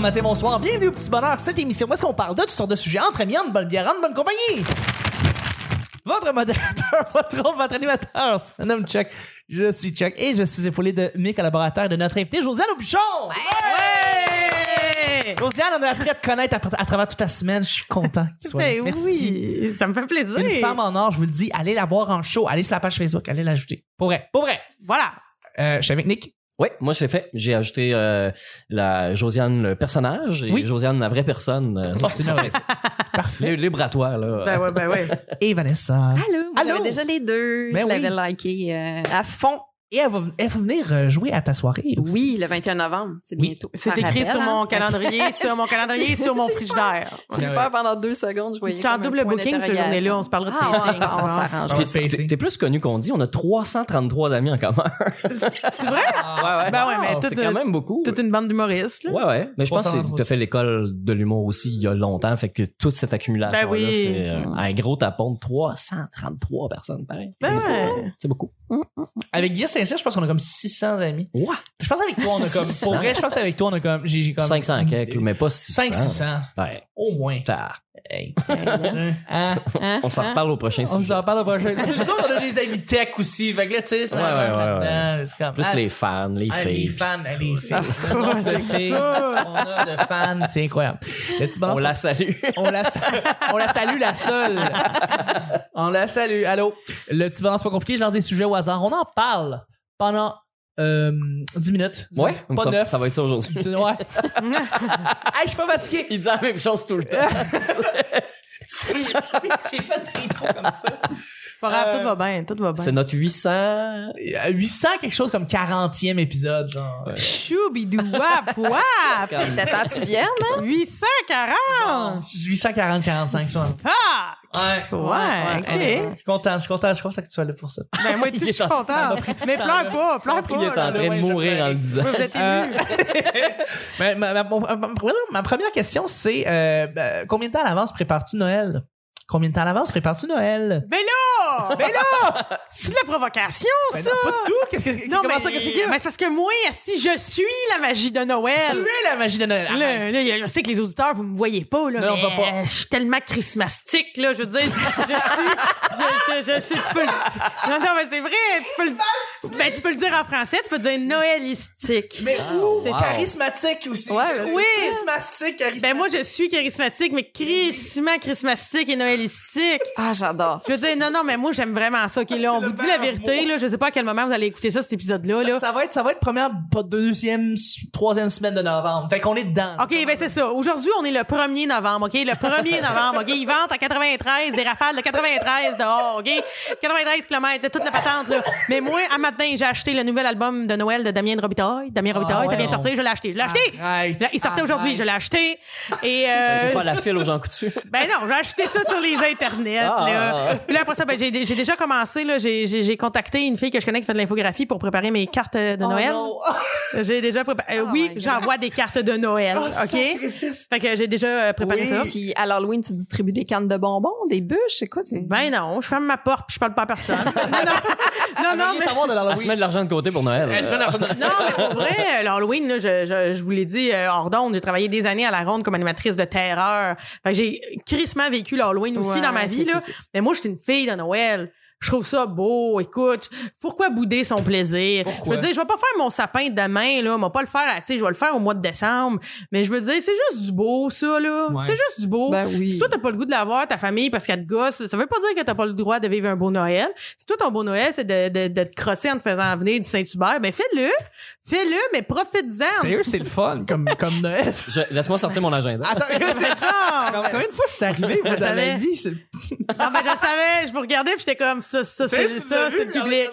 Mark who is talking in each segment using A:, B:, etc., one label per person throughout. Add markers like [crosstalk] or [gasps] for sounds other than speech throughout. A: matin, bonsoir. Bienvenue au Petit Bonheur, cette émission où est-ce qu'on parle de toutes sortes de sujets entre amis, en bonne bière, en bonne compagnie. Votre modérateur, [laughs] votre autre, votre animateur, son nom Chuck. Je suis Chuck et je suis épaulé de mes collaborateurs et de notre invité, Josiane Aubuchon. Ouais! Josiane, on a appris à te connaître à, à travers toute la semaine. Je suis content que tu sois là.
B: Ben
A: Merci.
B: oui, ça me fait plaisir.
A: Une femme en or, je vous le dis, allez la voir en show, allez sur la page Facebook, allez l'ajouter. Pour vrai, pour vrai.
B: Voilà.
A: Euh, je suis avec Nick.
C: Oui, moi je l'ai fait. J'ai ajouté euh, la Josiane le personnage et
A: Oui.
C: Josiane la vraie personne. euh,
A: Oh,
C: sur-
A: c'est
C: sur
A: merveilleux.
C: Facebook.
A: Parfait.
C: Les libre à toi là.
B: Ben ouais, ben ouais.
A: Et Vanessa.
D: Allô? moi,
A: Allô?
D: J'avais déjà les deux.
A: Ben
D: je
A: oui.
D: l'avais liké euh, à fond.
A: Et elle va, elle va venir euh, jouer à ta soirée aussi.
D: Oui, le 21 novembre, c'est
A: Oui.
D: bientôt.
B: [laughs] C'est
D: Ça
B: écrit
D: rappelle,
B: sur
D: hein?
B: mon
D: [laughs]
B: calendrier, sur mon calendrier, sur mon
D: J'ai
B: frigidaire.
D: J'ai eu
A: Ouais.
D: peur pendant deux secondes. Je voyais
B: J'étais en
D: comme un
B: double
D: point
B: booking cette
D: d'interrogation.
B: journée-là, on se parlera de
D: Ah, on
B: pacing.
D: se- on s'arrange.
A: Parle de
C: Puis T'es
A: pacing.
C: t'es plus connu qu'on dit. On a 333 amis en commun.
B: C'est vrai?
A: [laughs] Ah,
C: ouais, ouais.
B: Ben ouais, mais
C: Wow,
B: tout
C: [laughs] c'est
B: de-
C: quand même beaucoup.
B: Toute une bande d'humoristes, là.
C: Ouais, ouais. Mais je pense que
A: 333.
C: tu as fait l'école de l'humour aussi il y a longtemps. Fait que toute cette accumulation-là
B: Ben oui.
C: fait euh, un gros tapon de 333 personnes, pareil.
B: Ben ouais.
C: C'est beaucoup.
A: Avec Guy Saint-Cyr, je pense qu'on a comme 600 amis.
C: Ouah,
A: Je pense avec toi, on a comme. Pour vrai, je pense avec toi, on a comme. J'ai j'ai comme. Mm.
C: 500 à quelques, mais pas 600.
A: 5 600.
C: Ouais.
A: Au moins.
C: Tard.
A: [laughs] Hey.
D: Ouais, là.
A: Hein?
C: [laughs]
D: Hein?
C: On s'en
D: Hein?
C: reparle au prochain
A: On
C: sujet.
A: s'en parle au prochain. Tu sais, nous autres, on a des amis tech aussi. Fait que là, tu sais, ça
C: Ouais,
A: rentre
C: ouais, ouais,
A: là-dedans. C'est comme.
C: Plus
A: ah,
C: les fans, les
A: ah,
C: filles.
A: les fans, ah, les filles. Le nombre de filles. On a de fans, c'est incroyable. Le petit bonheur,
C: On la salue.
A: On la, on la salue, la seule. [laughs] On la salue. Allô? Le petit balance pas compliqué, je lance des sujets au hasard. On en parle pendant euh, 10 minutes.
C: Ouais,
A: pas
C: ça,
A: 9.
C: ça va être ça aujourd'hui.
A: [laughs] Ouais. hey, je suis pas fatigué.
C: [laughs] Il dit la même chose tout le temps.
A: [laughs] J'ai fait des intros comme ça.
B: Pas grave,
A: Euh,
B: tout va bien, tout va bien.
C: C'est notre 800.
A: À 800, Euh, quelque chose comme 40e épisode, genre.
C: Ouais.
B: Choubidou, wap, wap!
D: T'attends que tu viennes, hein?
B: 840!
A: 840, 45, soit.
B: Ah!
A: Ouais.
B: Ouais,
D: ouais,
B: ok.
A: Je suis content, je suis content, je suis content que tu sois là pour [laughs] ça.
B: Ben moi, tout, je suis
A: ça
B: content.
A: m'a pris tout
B: Mais
A: ce
B: pleure
A: temps-là.
B: pas, pleure
C: Il est en
B: pas. là.
C: train de
A: ouais, je pleurais.
C: mourir en le disant.
B: Vous êtes
A: Euh,
B: ému.
A: Mais ma, ma- mon- ma- ma- ma première question, c'est euh, ben, combien de temps à l'avance prépares-tu Noël? Combien de temps à l'avance prépares-tu Noël?
B: Mais là! Mais là! C'est de la provocation,
A: Ben
B: ça!
A: non, pas du tout. Qu'est-ce que
B: Non,
A: comment
B: mais,
A: ça? Qu'est-ce qu'il y a?
B: mais c'est parce que moi, si je suis la magie de
A: Tu
B: Noël.
A: es la magie de Noël. Arrête.
B: Là, là, je sais que les auditeurs, vous me voyez pas, là.
A: Non, on
B: mais euh,
A: voit pas.
B: Je suis tellement christmastique, là. Je veux dire, je suis. Je, je- je- je- tu peux le Non, non, mais c'est vrai. Tu peux, le, ben, tu peux le dire en français, tu peux dire noëlistique.
A: Mais où?
C: wow.
A: charismatique aussi.
D: Ouais, ben,
A: oui,
B: c'est
A: charismatique, charismatique.
B: Ben, moi, je suis charismatique, mais crissement christmastique et noëlistique.
D: Ah, j'adore.
B: Je veux dire, non, non, mais moi, j'aime vraiment ça. OK, là, on
A: Ah, le
B: vous dit la
A: meilleur
B: vérité,
A: mot.
B: là. Je sais pas à quel moment vous allez écouter ça, cet épisode-là, là.
A: ça, ça va être, ça va être première, pas deuxième, s- troisième semaine de novembre. Fait qu'on est dedans.
B: OK, ben c'est ça. Aujourd'hui, on est le 1er novembre, OK? Le 1er novembre, OK? Ils vendent à 93 des rafales de 93 dehors, OK? 93 km de toute la patente, là. Mais moi, à matin, j'ai acheté le nouvel album de Noël de Damien de Robitaille. Damien Robitaille, ça vient
A: voyons.
B: de sortir, je l'ai acheté. Je l'ai acheté!
A: Arrête,
B: Là, Il sortait aujourd'hui,
A: arrête.
B: je l'ai acheté. Et, euh,
C: Faut faire la file aux gens coutus.
B: ben non, j'ai acheté ça sur les internets.
C: Ah,
B: là.
C: ah, ah.
B: Puis là, après ça, ben, j'ai j'ai déjà commencé. là. J'ai j'ai- j'ai contacté une fille que je connais qui fait de l'infographie pour préparer mes cartes euh, de Noël.
A: non.
B: J'ai déjà préparé. euh,
D: Oh
B: oui,
D: my God.
B: j'envoie des cartes de Noël.
A: Oh,
B: OK? Fait que j'ai déjà euh, préparé
A: Oui.
B: ça.
D: Puis à l'Halloween, tu distribues des cannes de bonbons, des bûches, c'est quoi? tu-
B: Ben non, je ferme ma porte puis je parle pas à personne.
D: [laughs]
B: Ah, non, non, non, non, mais.
A: savoir de
C: Elle se met
A: l'Halloween.
C: de l'argent de côté pour Noël.
A: Elle se met de l'argent de-
B: Non, mais pour vrai, euh, l'Halloween, là, je, je, je vous l'ai dit euh, hors d'onde, j'ai travaillé des années à la ronde comme animatrice de terreur. Fait que j'ai crissement vécu l'Halloween aussi
D: Ouais,
B: dans ma vie.
D: ok,
B: là.
D: ok,
B: Mais moi, je suis une fille de Noël. Je trouve ça beau. Écoute, pourquoi bouder son plaisir?
A: Pourquoi?
B: Je veux dire, je vais pas faire mon sapin demain, là. On va pas le faire, à- tu sais, je vais le faire au mois de décembre. Mais je veux dire, c'est juste du beau, ça, là.
A: Ouais.
B: C'est juste du beau.
D: Ben oui.
B: Si toi, t'as pas le goût de l'avoir, ta famille, parce qu'elle te gosse, ça veut pas dire que t'as pas le droit de vivre un beau Noël. Si toi, ton beau Noël, c'est de, de, de te crosser en te faisant venir du Saint-Hubert, ben fais-le. Fais-le, mais profite-en.
A: Sérieux, c'est le fun comme, comme
B: [laughs]
A: Noël.
C: Je- Laisse-moi sortir mon agenda.
A: Attends,
B: Non!
A: combien de fois c'est arrivé moi, dans
B: Je
A: ma
B: savais.
A: vie? c'est-
B: Non, mais je le savais, je vous regardais, puis j'étais comme, ça, ça, c'est ça, c'est le public.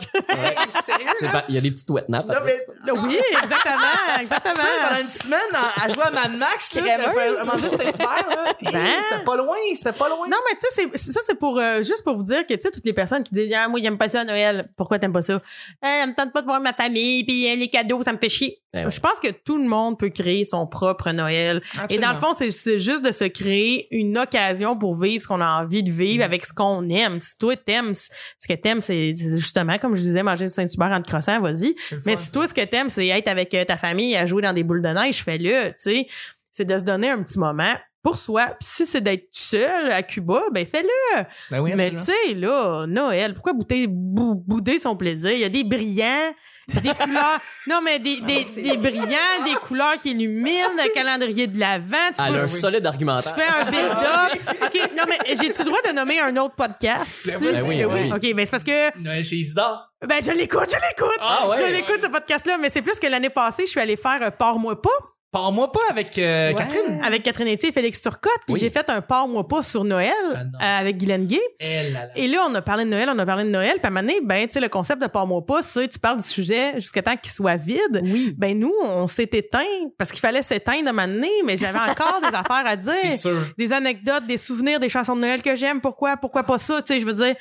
C: C'est pas- Il y a des petites wet naps.
A: Non, mais
B: Oui, exactement,
A: ça, pendant
B: exactement.
A: une semaine, à, à jouer à Mad Max, là,
D: Crémeuse.
A: t'as fait- à manger de Saint-Hubert,
B: [laughs]
A: là.
B: Ben.
A: Hey, C'était pas loin, c'était pas loin.
B: Non, mais tu sais, c'est- c'est- ça, c'est pour, euh, juste pour vous dire que, tu sais, toutes les personnes qui disent, ah, moi, j'aime pas ça à Noël. Pourquoi t'aimes pas ça? Ah, ça me tente pas de voir ma famille, puis euh, les cadeaux, ça me fait chier.
C: Eh ouais.
B: Je pense que tout le monde peut créer son propre Noël. Et dans le fond, c'est- c'est juste de se créer une occasion pour vivre ce qu'on a envie de vivre avec ce qu'on aime. Si toi, t'aimes, ce que t'aimes, c'est c'est justement, comme je disais, manger du Saint-Hubert en te croissant, vas-y. Mais si toi, ce que t'aimes, c'est être avec euh, ta famille à jouer dans des boules de neige, fais-le, tu sais. c'est de se donner un petit moment pour soi. Puis si c'est d'être tout seul à Cuba, ben fais-le.
A: Ben oui,
B: Mais tu
A: absolument.
B: sais, là, Noël, pourquoi bouter- bou- bouder son plaisir? Il y a des brillants, des couleurs. Non, mais des, des, des brillants, des couleurs qui illuminent, un calendrier de l'Avent. Tu,
C: Elle a
B: peux-
C: un solide
B: tu
C: argumentaire.
B: fais un build-up. OK, non, mais j'ai-tu le droit de nommer un autre podcast?
A: Ben
B: ici?
A: oui,
C: Ben oui, ben oui.
B: OK, ben c'est parce que
A: Noël chez Isidore.
B: ben je l'écoute, je l'écoute.
C: Ah ouais?
B: Je l'écoute ce podcast-là, mais c'est plus que l'année passée, je suis allée faire euh, Pars-moi pas
A: Pars-moi pas avec euh,
D: Ouais.
A: Catherine.
B: avec Catherine Etier et Félix Turcotte, puis
C: Oui.
B: j'ai fait un Pars-moi pas sur Noël
A: Ah non.
B: euh, avec Guylaine Gay.
A: Elle, là, là.
B: Et là, on a parlé de Noël, on a parlé de Noël. Puis à un moment donné, ben, tu sais, le concept de Pars-moi pas, c'est tu parles du sujet jusqu'à temps qu'il soit vide.
D: Oui.
B: Ben, nous, on s'est éteint parce qu'il fallait s'éteindre à un moment donné, mais j'avais encore des [laughs] affaires à dire.
A: C'est sûr.
B: Des anecdotes, des souvenirs, des chansons de Noël que j'aime. Pourquoi, pourquoi pas ça? Tu sais, je veux dire,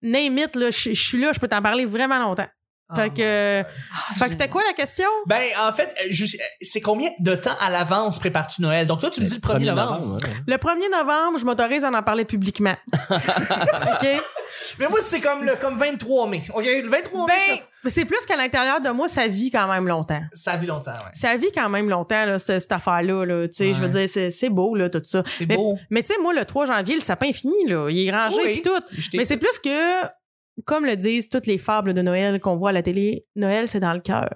B: name it, là, je je suis là, je peux t'en parler vraiment longtemps. Fait
A: Oh,
B: que, Ah, fait que c'était quoi la question?
A: Ben, en fait, euh, je- c'est combien de temps à l'avance prépares-tu Noël? Donc, toi, tu me dis le 1er Ben, novembre.
C: ouais.
B: Le 1er novembre, je m'autorise à en parler
A: [laughs]
B: publiquement. OK?
A: Mais moi, c'est comme le comme 23 mai. OK, le 23 mai, je-
B: Ben, c'est plus qu'à l'intérieur de moi, ça vit quand même longtemps.
A: ça a vu longtemps, ouais.
B: Ça vit quand même longtemps, là, cette, cette affaire-là. Là, tu sais, Je veux
A: Ouais.
B: dire, c'est, c'est beau, là, tout ça.
A: C'est
B: Mais-
A: beau.
B: Mais tu sais, moi, le 3 janvier, le sapin est fini, là. Il est rangé
A: Oui.
B: pis tout.
A: Je t'ai-
B: Mais c'est plus que, comme le disent toutes les fables de Noël qu'on voit à la télé, Noël, c'est dans le cœur.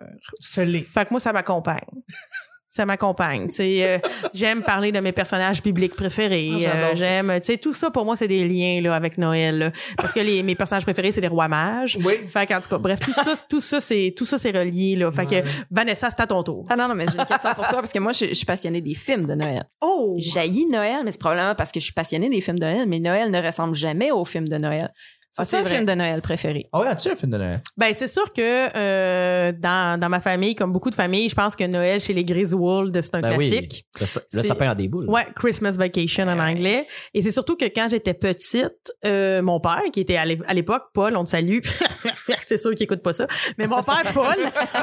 A: Fais-les.
B: Fait que moi, ça m'accompagne. [laughs] ça m'accompagne. Tu sais, euh, j'aime parler de mes personnages bibliques préférés.
A: Ah, j'adore
B: Euh,
A: ça.
B: j'aime, tu sais, tout ça pour moi, c'est des liens là, avec Noël. là. Parce que les, mes personnages préférés, c'est les rois mages.
A: Oui.
B: Fait qu'en tout cas, bref, tout ça, tout ça, c'est tout ça, c'est relié là. Fait
A: Ouais.
B: que Vanessa, c'est à ton tour.
D: Ah non, non, mais j'ai une question pour toi parce que moi, je, je suis passionnée des films de Noël.
B: Oh,
D: J'haïs Noël, mais c'est probablement parce que je suis passionnée des films de Noël, mais Noël ne ressemble jamais aux films de Noël.
B: Ça,
D: C'est
B: Ah, c'est
D: un
B: vrai.
D: film de Noël préféré.
A: Ah ouais, as-tu un film de Noël?
B: ben c'est sûr que euh, dans, dans ma famille, comme beaucoup de familles, je pense que Noël chez les Griswold, c'est un
C: Ben oui.
B: classique.
C: Le, sa- le
B: C'est-
C: sapin a des boules.
B: Ouais, Christmas Vacation en anglais. Et c'est surtout que quand j'étais petite, euh, mon père, qui était à l'é- à l'époque, Paul, on te salue, [laughs] c'est sûr qu'il écoute pas ça, mais mon père,
D: [laughs]
B: Paul,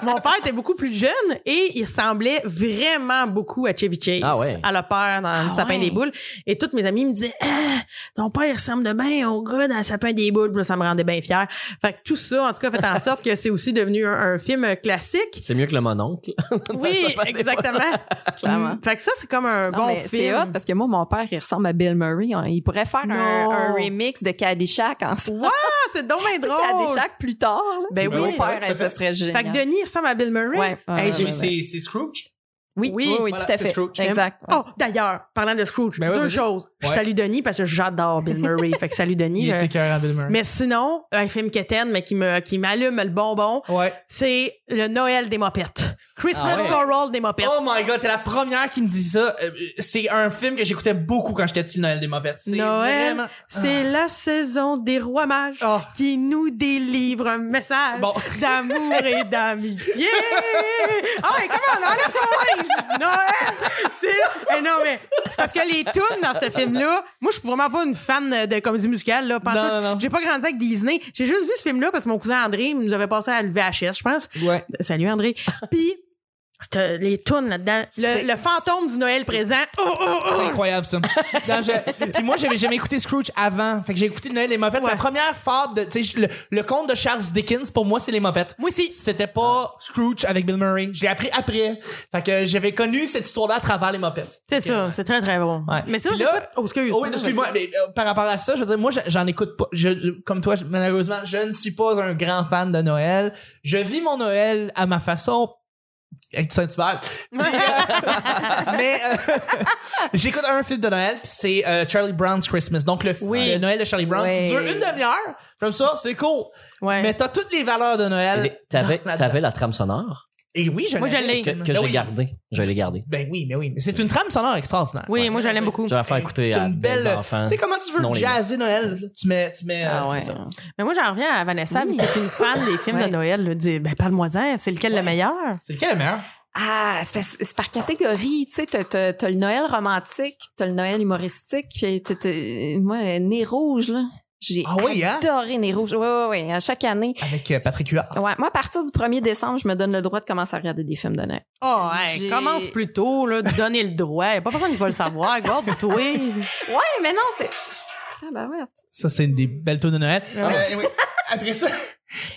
B: mon père était beaucoup plus jeune et il ressemblait vraiment beaucoup à Chevy Chase,
C: Ah ouais.
B: à leur père dans le
D: Ah
B: sapin
D: ouais.
B: des boules. Et toutes mes amies me disaient, Ah, ton père il ressemble de bien au gars dans le sapin des boules. Puis là, ça me rendait bien fière. Fait que tout ça, en tout cas, fait en sorte que c'est aussi devenu un- un film classique.
C: C'est mieux que le mononcle.
B: Oui, exactement.
D: [laughs] Clairement.
B: Fait que ça, c'est comme un
D: Non,
B: bon film.
D: mais c'est hot parce que moi, mon père, il ressemble à Bill Murray. hein. Il pourrait faire un,
B: Non.
D: un remix de Caddyshack en [laughs]
B: Wow, c'est donc bien drôle.
D: Caddyshack plus tard. là.
B: Ben
A: Ben
B: oui.
D: Mon père,
A: ça
D: elle,
A: fait-
D: ce serait
B: Fait que
D: génial.
B: Denis ressemble à Bill Murray.
D: Ouais, ouais,
B: Hey, j'ai-
D: ouais, ouais.
A: C'est c'est Scrooge?
D: Oui,
B: Oui,
D: oui, oui,
A: voilà,
D: tout à
A: c'est
D: fait.
A: Scrooge.
D: Exact. Ouais.
B: Oh, d'ailleurs, parlant de Scrooge,
A: Ben ouais,
B: deux
A: vas-y.
B: choses. Je
A: Ouais.
B: salue Denis parce que j'adore Bill Murray. fait que salut Denis. Je-
A: cœur à Bill Murray.
B: Mais sinon, un film quétaine, mais qui me qui m'allume le bonbon,
A: Ouais.
B: c'est le Noël des Mopettes. Christmas
C: Ah ouais.
B: Carol des Mopettes.
A: Oh my god, t'es la première qui me dit ça. Euh, C'est un film que j'écoutais beaucoup quand j'étais petit, Noël des Mopettes. C'est
B: Noël,
A: vraiment- Ah.
B: c'est la saison des rois mages
A: Oh.
B: qui nous délivre un message
A: Bon.
B: [laughs] d'amour et d'amitié. Ah, ouais, comment on enlève ton linge? Noël! C'est... Eh non, mais c'est parce que les tunes dans ce film-là, moi, je suis vraiment pas une fan de comédie musicale. Là, pantoute.
A: Non, non, non.
B: J'ai pas grandi avec Disney. J'ai juste vu ce film-là parce que mon cousin André nous avait passé à le VHS, je pense.
A: Ouais. [laughs]
B: Salut, André. Puis... c'était Les tunes là-dedans.
A: C'est-
B: Le, le fantôme du Noël présent. Oh, oh, oh.
A: C'est incroyable ça. Non, je- Puis moi j'avais jamais écouté Scrooge avant, fait que j'ai écouté Noël des Mopettes. C'est la première fable de, tu sais, le, le conte de Charles Dickens pour moi c'est les Mopettes.
B: Moi aussi.
A: C'était
C: Ah.
A: pas Scrooge avec Bill Murray. Je l'ai appris après. Fait que j'avais connu cette histoire-là à travers les Mopettes.
B: C'est ça, c'est très très bon.
A: Ouais.
B: Mais ça,
A: Puis
B: c'est
A: là-
B: pas. Oh, excuse.
A: Oh oui, excuse-moi, mais, euh, par rapport à ça, je veux dire, moi, je- j'en écoute pas. Je- je- comme toi, je- malheureusement, je ne suis pas un grand fan de Noël. Je vis mon Noël à ma façon. Avec du
B: [laughs]
A: Saint-Hubert. Mais euh, [laughs] j'écoute un film de Noël, puis c'est euh, Charlie Brown's Christmas. Donc, le,
B: Oui.
A: le Noël de Charlie Brown, qui
D: Oui.
A: dure une demi-heure. Comme ça, c'est cool.
B: Ouais.
A: Mais t'as toutes les valeurs de Noël.
C: Les- T'avais
A: dans-
C: t'avais la trame sonore
A: Et oui, je
B: Moi, je l'ai.
C: que,
A: Ben
C: que j'ai
A: oui.
C: gardée. Je l'ai gardée.
A: Ben oui, mais oui. Mais c'est une trame sonore extraordinaire.
B: Oui, moi, je l'aime beaucoup.
C: Je vais la faire écouter
A: T'as
C: à
A: une
C: des
A: belle.
C: enfants.
A: Tu sais comment tu veux
C: sinon les-
A: jazzer Noël? là? Tu mets. Tu mets
D: Ah
A: euh,
D: ouais.
A: c'est ça.
B: Eh, Mais moi, j'en reviens à Vanessa, qui est une fan des films
D: Ouais.
B: de Noël, là, dit ben parle-moi-en, c'est lequel le meilleur?
A: C'est lequel le meilleur?
D: Ah, c'est parce- c'est par catégorie, tu sais, t'as- t'as t'as le Noël romantique, t'as le Noël humoristique, puis t'as- t'as- moi, Nez Rouge, là, j'ai
A: Ah oui, hein?
D: adoré Nez Rouge. Oui, oui, oui, à chaque année.
A: Avec euh, Patrick Huard.
D: Ouais, moi, à partir du 1er décembre, je me donne le droit de commencer à regarder des films de Noël.
B: Oh,
A: Ah,
B: hey,
D: J'ai-
B: commence plus tôt, là, donnez le droit. Y a pas personne qui va le
A: [laughs]
B: savoir, garde-toi.
D: Ouais, mais non, c'est... Ah ben ouais.
A: Ça, c'est une des belles tunes de Noël.
B: Ouais.
A: Euh, anyway, [laughs] après ça,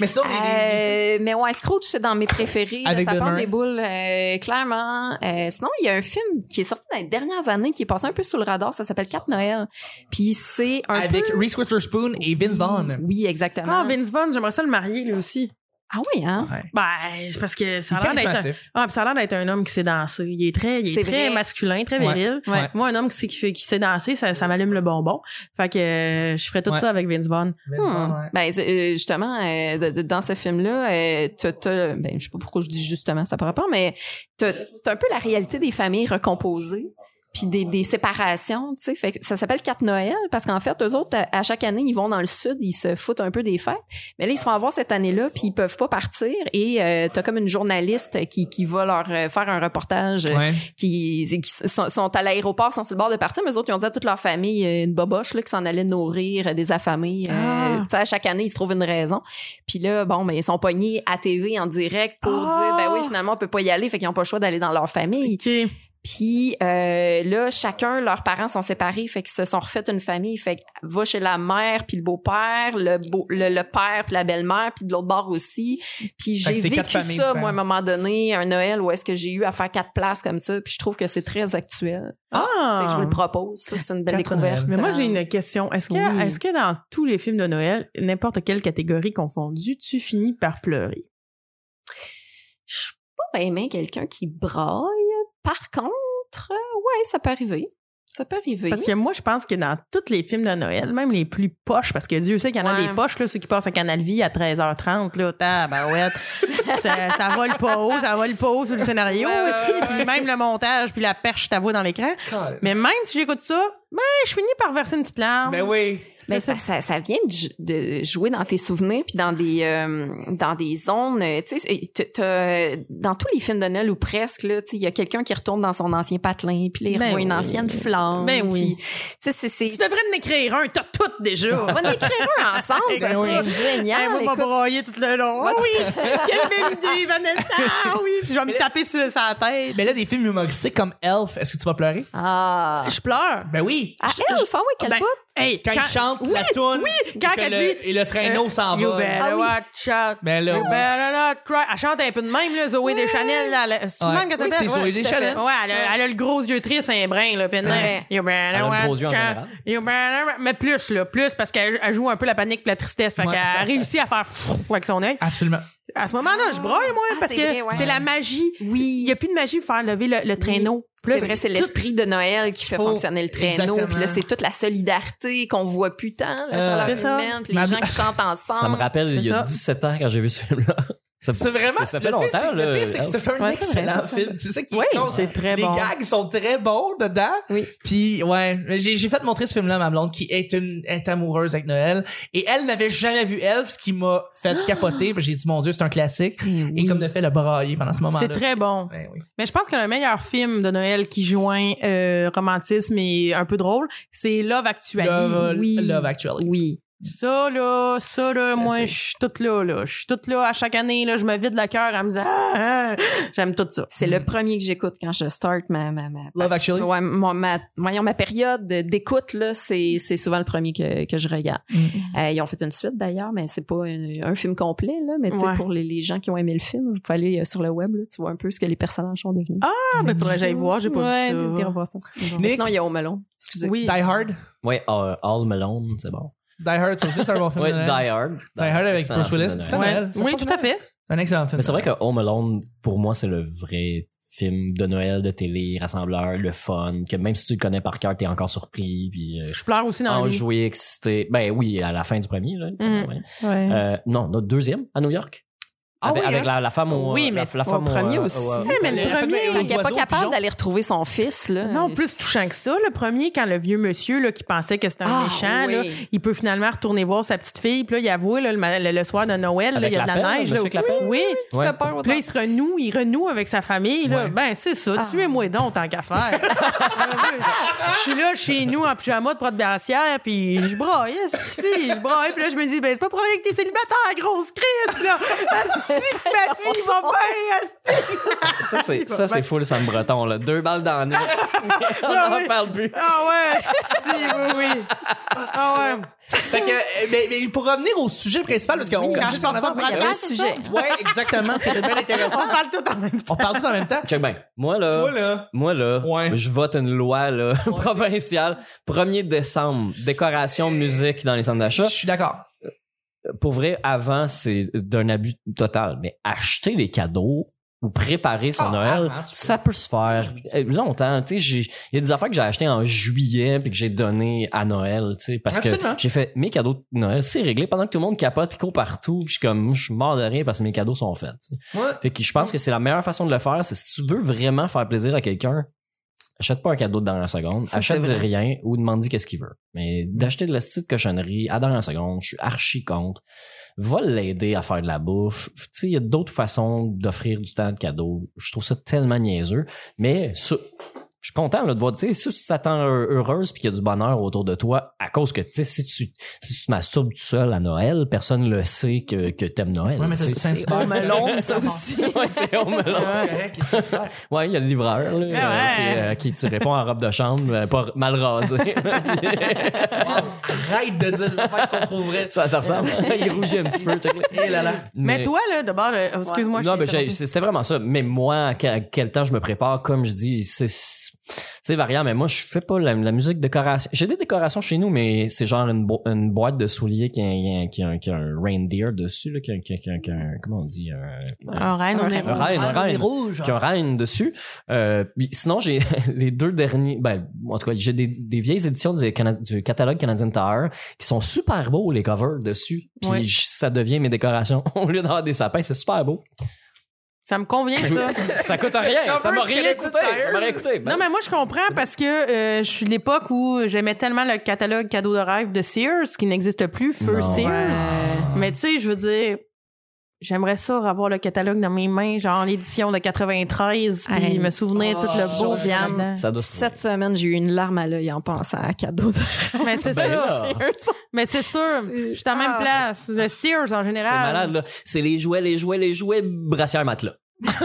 A: Mais ça, les- les-
D: Euh, mais ouais, Scrooge, c'est dans mes préférés. là,
A: Avec
D: ça
A: Bill
D: part
A: Murray.
D: des boules, euh, clairement. Euh, sinon, il y a un film qui est sorti dans les dernières années, qui est passé un peu sous le radar. Ça s'appelle 4 Noël. Puis c'est un
A: avec
D: peu...
A: Reese Witherspoon et Vince Vaughn.
D: Oui, exactement.
B: Ah, Vince Vaughn, j'aimerais ça le marier, lui aussi.
D: Ah oui, hein?
B: Ben, c'est parce que ça a l'air d'être un...
A: Charismatique.
B: Ah, puis ça a l'air d'être un homme qui sait danser. Il est très, il est
D: C'est
B: très
D: vrai.
B: masculin, très
A: Ouais.
B: viril.
D: Ouais.
A: Ouais.
B: Moi, un homme qui sait, qui fait- qui sait danser, ça, ça m'allume le bonbon. Fait que euh, je ferais tout
A: Ouais.
B: ça avec Vince Vaughn.
A: Vince
D: Hmm.
A: Vaughn, ouais.
D: Ben, c'est, euh, justement, euh, de- de- dans ce film-là, euh, t'as- t'as- ben, je sais pas pourquoi je dis justement ça par rapport, mais t'as t'as un peu la réalité des familles recomposées puis des, des séparations, tu sais. Fait que ça s'appelle 4 Noël parce qu'en fait, eux autres, à, à chaque année, ils vont dans le sud, ils se foutent un peu des fêtes. Mais là, ils se font avoir cette année-là, puis ils peuvent pas partir. Et euh, t'as comme une journaliste qui, qui va leur euh, faire un reportage euh,
A: Ouais.
D: qui, qui sont, sont à l'aéroport, sont sur le bord de partir, mais eux autres, ils ont dit à toute leur famille, euh, une boboche, là, qui s'en allait nourrir euh, des affamés. euh,
B: Ah.
D: tu sais, à chaque année, ils se trouvent une raison. Puis là, bon, ben, ils sont pognés à TV en direct pour
B: Ah.
D: dire, ben oui, finalement, on peut pas y aller, fait qu'ils ont pas le choix d'aller dans leur famille.
B: OK.
D: Puis euh, là, chacun, leurs parents sont séparés, fait qu'ils se sont refait une famille. Fait que va chez la mère, puis le beau-père, le, beau, le, le père, puis la belle-mère, puis de l'autre bord aussi. Puis
A: Fait
D: j'ai
A: que c'est
D: vécu
A: quatre
D: ça,
A: familles
D: moi, à un
A: différentes.
D: moment donné, un Noël, où est-ce que j'ai eu à faire quatre places comme ça. Puis je trouve que c'est très actuel. Fait que je vous le propose. Ça, c'est une belle
A: Ah. Quatre Noëls.
B: Ah!
D: découverte.
B: Mais moi, j'ai une question. Est-ce que,
D: Oui.
B: est-ce que dans tous les films de Noël, n'importe quelle catégorie confondue, tu finis par pleurer?
D: Je suis pas aimé quelqu'un qui braille. Par contre, euh, ouais, ça peut arriver. Ça peut arriver.
B: Parce que moi, je pense que dans tous les films de Noël, même les plus poches, parce que Dieu sait qu'il y en a
D: Ouais.
B: des poches, là, ceux qui passent à Canal Vie à 13h30, là,
D: [laughs]
B: tabarouette, ça, ça vole pas haut, ça vole pas haut sur le scénario
D: Ouais, ouais,
B: aussi,
D: ouais.
B: puis même le montage, puis la perche ta voix dans l'écran. Mais même si j'écoute ça, ben, je finis par verser une petite larme.
A: Ben oui.
D: Mais ça, ça, ça vient de, ju- de jouer dans tes souvenirs puis dans des euh, dans des zones. euh, Tu sais, t'as- t'as- dans tous les films de Noël ou presque là, tu sais, il y a quelqu'un qui retourne dans son ancien patelin puis là, il
B: Ben
D: revoit une
B: oui.
D: ancienne flamme.
B: Ben oui.
D: puis, Tu sais, c'est
B: Tu
D: c'est.
B: devrais en écrire un, t'as tout déjà.
D: On va en écrire un ensemble, ça
B: Ben
D: serait
B: oui.
D: génial.
B: Hey, moi,
D: écoute.
B: m'a broyé tout le long.
D: Moi,
B: Ah oui! Quelle belle idée, Vanessa! Ah oui! Puis je vais me taper sur sa tête.
A: Mais là, des films humoristiques comme Elf, est-ce que tu vas pleurer?
D: Ah.
B: Je pleure.
A: Ben oui.
D: Ah, elle, enfin, oui, quel
B: Ben,
D: bout.
B: hey,
A: Quand, ils chantent la toune.
B: Oui, quand
A: et que
B: elle
A: le-
B: dit. euh,
A: Et le traîneau s'en
B: You
A: va.
B: better
D: Ah oui.
B: watch out.
A: Ben là,
B: You
A: oui.
B: better not cry. Elle chante un peu de même, là, Zoé Deschanel. là, elle- C'est tout de
A: Ouais.
B: même que ça
A: Oui,
B: s'appelle?
A: c'est Zoé
B: Ouais,
A: Deschanel.
B: tout à fait. Ouais, elle a, elle a le gros yeux triste, un brin, là. Puis elle dit,
D: vrai.
B: You better
C: Elle a de
B: watch
C: gros yeux en
B: out.
C: général.
B: You better- Mais plus, là. Plus, parce qu'elle elle joue un peu la panique et la tristesse. Fait
A: Ouais.
B: qu'elle a réussi à faire [laughs] fou avec son œil.
A: Absolument.
B: À ce moment-là, je broye, moi,
D: Ah,
B: parce
D: c'est
B: que
D: vrai, ouais.
B: c'est la magie. Oui. Il n'y a plus de magie pour faire lever le, le traîneau. Puis là,
D: C'est vrai, c'est l'esprit de Noël qui fait
A: Faut-
D: fonctionner le traîneau.
A: Exactement.
D: Puis là, c'est toute la solidarité qu'on voit plus tant, la
A: Euh,
D: chaleur
B: c'est ça.
D: humaine, puis
A: Ma-
D: les
A: [laughs]
D: gens qui chantent ensemble.
C: Ça me rappelle il y
B: C'est ça.
C: a 17 ans quand j'ai vu ce film-là. Ça-
A: C'est vraiment.
C: Ça fait
A: le pire,
C: longtemps,
A: c'est-
C: là. Ah,
A: Le pire, c'est que c'est un
D: Ouais, c'est vrai,
A: excellent
D: ça fait-
A: film. C'est ça qui est
D: Oui.
A: con.
B: C'est très
A: Les
B: bon.
A: gags sont très bons dedans.
D: Oui.
A: Puis, ouais. mais J'ai j'ai fait montrer ce film-là à ma blonde qui est, une, est amoureuse avec Noël. Et elle n'avait jamais vu Elf, ce qui m'a
D: [gasps]
A: fait capoter. Puis J'ai dit, mon Dieu, c'est un classique.
D: Eh
A: Et comme de fait, le brailler pendant ce moment-là.
B: C'est très bon.
A: Ben oui.
B: Mais je pense que le meilleur film de Noël qui joint euh, romantisme et un peu drôle, c'est Love Actually.
A: Love, euh,
D: Ben oui.
A: Love Actually.
D: Oui.
B: Ça, là, ça, là, moi, je suis toute là, là. Je suis toute là à chaque année, là. Je me vide le cœur à me dire, ah, ah. j'aime tout ça.
D: C'est le premier que j'écoute quand je start ma ma ma.
A: Love Actually.
D: Ouais, mon- ma, voyons, ma période d'écoute, là, c'est, c'est souvent le premier que, que je regarde.
B: Mm,
D: Euh, ils ont fait une suite d'ailleurs, mais c'est pas un, un film complet, là. Mais tu sais,
B: Ouais.
D: pour les, les gens qui ont aimé le film, vous pouvez aller euh, sur le web, là, tu vois un peu ce que les personnages sont devenus. Ah,
B: Ah, ben, faudrait que j'aille voir, j'ai pas
D: ouais,
B: vu ça.
D: t'es- t'es revoir ça. Mais
A: Nick-
D: sinon, il y a Au Melon. Excusez.
B: Oui.
A: Die Hard.
C: Ouais, euh, All Malone, c'est bon.
A: Die Hard, ça aussi, c'est un bon film. hein.
C: Ouais,
A: de
C: Die
A: Noël.
C: Hard.
A: Die Hard avec
C: Excellent
A: Bruce
C: film de
A: Willis.
C: Noël.
A: C'est Noël. Ça se
B: Oui,
A: passe
B: tout à fait.
A: C'est un excellent film.
C: Mais c'est vrai que Home Alone, pour moi, c'est le vrai film de Noël, de télé, rassembleur, le fun, que même si tu le connais par cœur, t'es encore surpris, puis euh,
B: Je pleure aussi dans le
C: enjoué, excité. Ben oui, à la fin du premier, là.
B: Mm.
C: ouais.
D: Ouais.
C: Euh, non, notre deuxième, à New
A: Mhm.
C: York.
A: Ah
C: avec
A: oui,
C: avec
A: hein?
C: la, la femme au... euh,
B: Oui, mais
C: la, la femme
D: au premier aussi.
B: Hey, mais le
A: La famille
B: premier-
A: aux
D: Quand il n'est pas
A: oiseaux,
D: capable
A: pigeons.
D: d'aller retrouver son fils, là.
B: Non, plus touchant que ça, le premier, quand le vieux monsieur là, qui pensait que c'était un
D: Ah,
B: méchant,
D: oui.
B: là, il peut finalement retourner voir sa petite fille. Puis là, il avoue, là, le, ma- le- le soir de Noël, là,
C: Avec
B: il y a de la
C: la pelle,
B: neige.
C: monsieur
B: là,
C: avec la pelle.
B: oui.
D: Tu
C: Ouais.
D: fais peur,
B: Puis là, il se renoue, il renoue avec sa famille. Là.
A: Ouais.
B: Ben, c'est ça,
D: Ah.
B: tuez-moi donc tant qu'à [laughs] faire. je suis là chez nous en pyjama de porte brassière, puis je braille, cette fille, je braille. Puis là, je me dis, ben, c'est pas pour rien que t'es célibataire, grosse crise, là. ma fille va bien, asti.
A: [laughs]
C: Ça, c'est, ça, c'est full Sam Breton, là. Deux balles dans le nez. On
B: Ah
C: n'en
B: oui.
C: parle plus.
B: Ah ouais, si, oui, oui. Ah ouais.
A: Fait que, euh, mais, mais pour revenir au sujet principal, parce qu'on
B: Oui, quand
A: juste
B: je
A: en avant,
B: parle
A: il y
D: Il y
A: avait-
D: avait
B: Ah,
D: un
B: c'est
D: sujet.
A: Ouais, exactement, c'était bien intéressant.
B: On parle tout en même temps.
A: On parle tout en même temps. Euh,
C: Check bien. Moi, là.
A: Toi, là.
C: Moi, là,
A: Ouais.
C: je vote une loi là, [laughs] provinciale. 1er décembre, décoration, musique dans les centres d'achat.
A: Je suis d'accord.
C: Pour vrai, avant, c'est d'un abus total. Mais acheter les cadeaux ou préparer son
A: Ah,
C: Noël,
A: avant, tu peux. Ah,
C: ça peut se faire euh, longtemps. Tu sais, j'ai- il y a des affaires que j'ai achetées en juillet puis que j'ai donné à Noël, tu sais, parce
A: Absolument.
C: que j'ai fait mes cadeaux de Noël, c'est réglé pendant que tout le monde capote puis court partout puis je suis comme, je suis mort de rien parce que mes cadeaux sont faits. tu sais.
A: Moi,
C: Fait que je pense que c'est la meilleure façon de le faire, c'est si tu veux vraiment faire plaisir à quelqu'un, achète pas un cadeau de dernière seconde,
D: Ça,
C: achète
D: c'est vrai.
C: rien ou demande-y qu'est-ce qu'il veut. Mais d'acheter de la petite cochonnerie à dernière seconde, je suis archi contre. Va l'aider à faire de la bouffe. Tu sais, il y a d'autres façons d'offrir du temps de cadeau. Je trouve ça tellement niaiseux. Mais ça- je suis content là, de voir, tu sais, si tu t'attends heu- heureuse puis qu'il y a du bonheur autour de toi, à cause que, tu sais, si tu, si tu te masturbes tout seul à Noël, personne le sait que, que t'aimes Noël.
A: Ouais, mais
C: Tu sais,
A: c'est-
D: C'est au melon,
B: [laughs]
D: ça aussi.
C: [laughs] Ouais, c'est au melon. Ouais, il y a le livreur là,
B: Ah ouais.
C: euh, qui, euh, qui tu réponds en robe de chambre, euh, pas mal rasé. [laughs]
A: Arrête de dire des affaires qui sont trop vraies.
C: ça, ça ressemble. [laughs] il rougit un petit peu. check-le.
A: Eh là là.
B: Mais, toi, là, d'abord, euh, excuse-moi. je
C: non,
B: t'ai
C: mais j'ai-
B: interrompu.
C: c'était vraiment ça. Mais moi, à quel, quel temps je me prépare, comme je dis, c'est c'est variant. Mais moi, je fais pas la, la musique décoration. J'ai des décorations chez nous, mais c'est genre une, bo- une boîte de souliers qui a, un- qui a un- qui a un reindeer dessus, là, qui a, qui a- qui a- qui a un- comment on dit, un,
B: Un Ah, reine, on est
C: Un reine, un reine.
A: rouge.
C: qui a un règne dessus. Euh, puis sinon, j'ai [laughs] les deux derniers. Ben, en tout cas, j'ai des, des vieilles éditions du, Cana- du catalogue Canadian Tower qui sont super beaux, les covers dessus. Puis
B: Ouais.
C: je- ça devient mes décorations. [laughs] Au lieu d'avoir des sapins, c'est super beau.
B: Ça me convient, ça.
C: [laughs] Ça coûte rien. ça m'a
A: Cover du
C: rien
A: Canadian
C: coûté. Ça
A: Tire.
C: m'a rien coûté. Ben,
B: Non, mais moi, je comprends parce que euh, je suis de l'époque où j'aimais tellement le catalogue cadeau de rêve de Sears qui n'existe plus, Feu
C: Non.
B: Sears.
D: Ouais.
B: Mais tu sais, je veux dire, j'aimerais ça avoir le catalogue dans mes mains, genre l'édition de 93, puis
D: Hey. Oh,
B: me souvenir tout le beau. qu'il y a
D: Josiane.
B: dedans.
C: Ça doit se
D: Cette semaine, j'ai eu une larme à l'œil en pensant à cadeau de
B: Mais c'est
C: Ben
B: ça.
C: là. Ah.
D: [laughs] Dieu, ça.
B: Mais c'est sûr,
D: C'est-
B: je suis à la même
D: Ah.
B: place. Le Sears en
C: C'est
B: général.
C: malade, là. C'est les jouets, les jouets, les jouets, brassière matelas.
B: Et attends,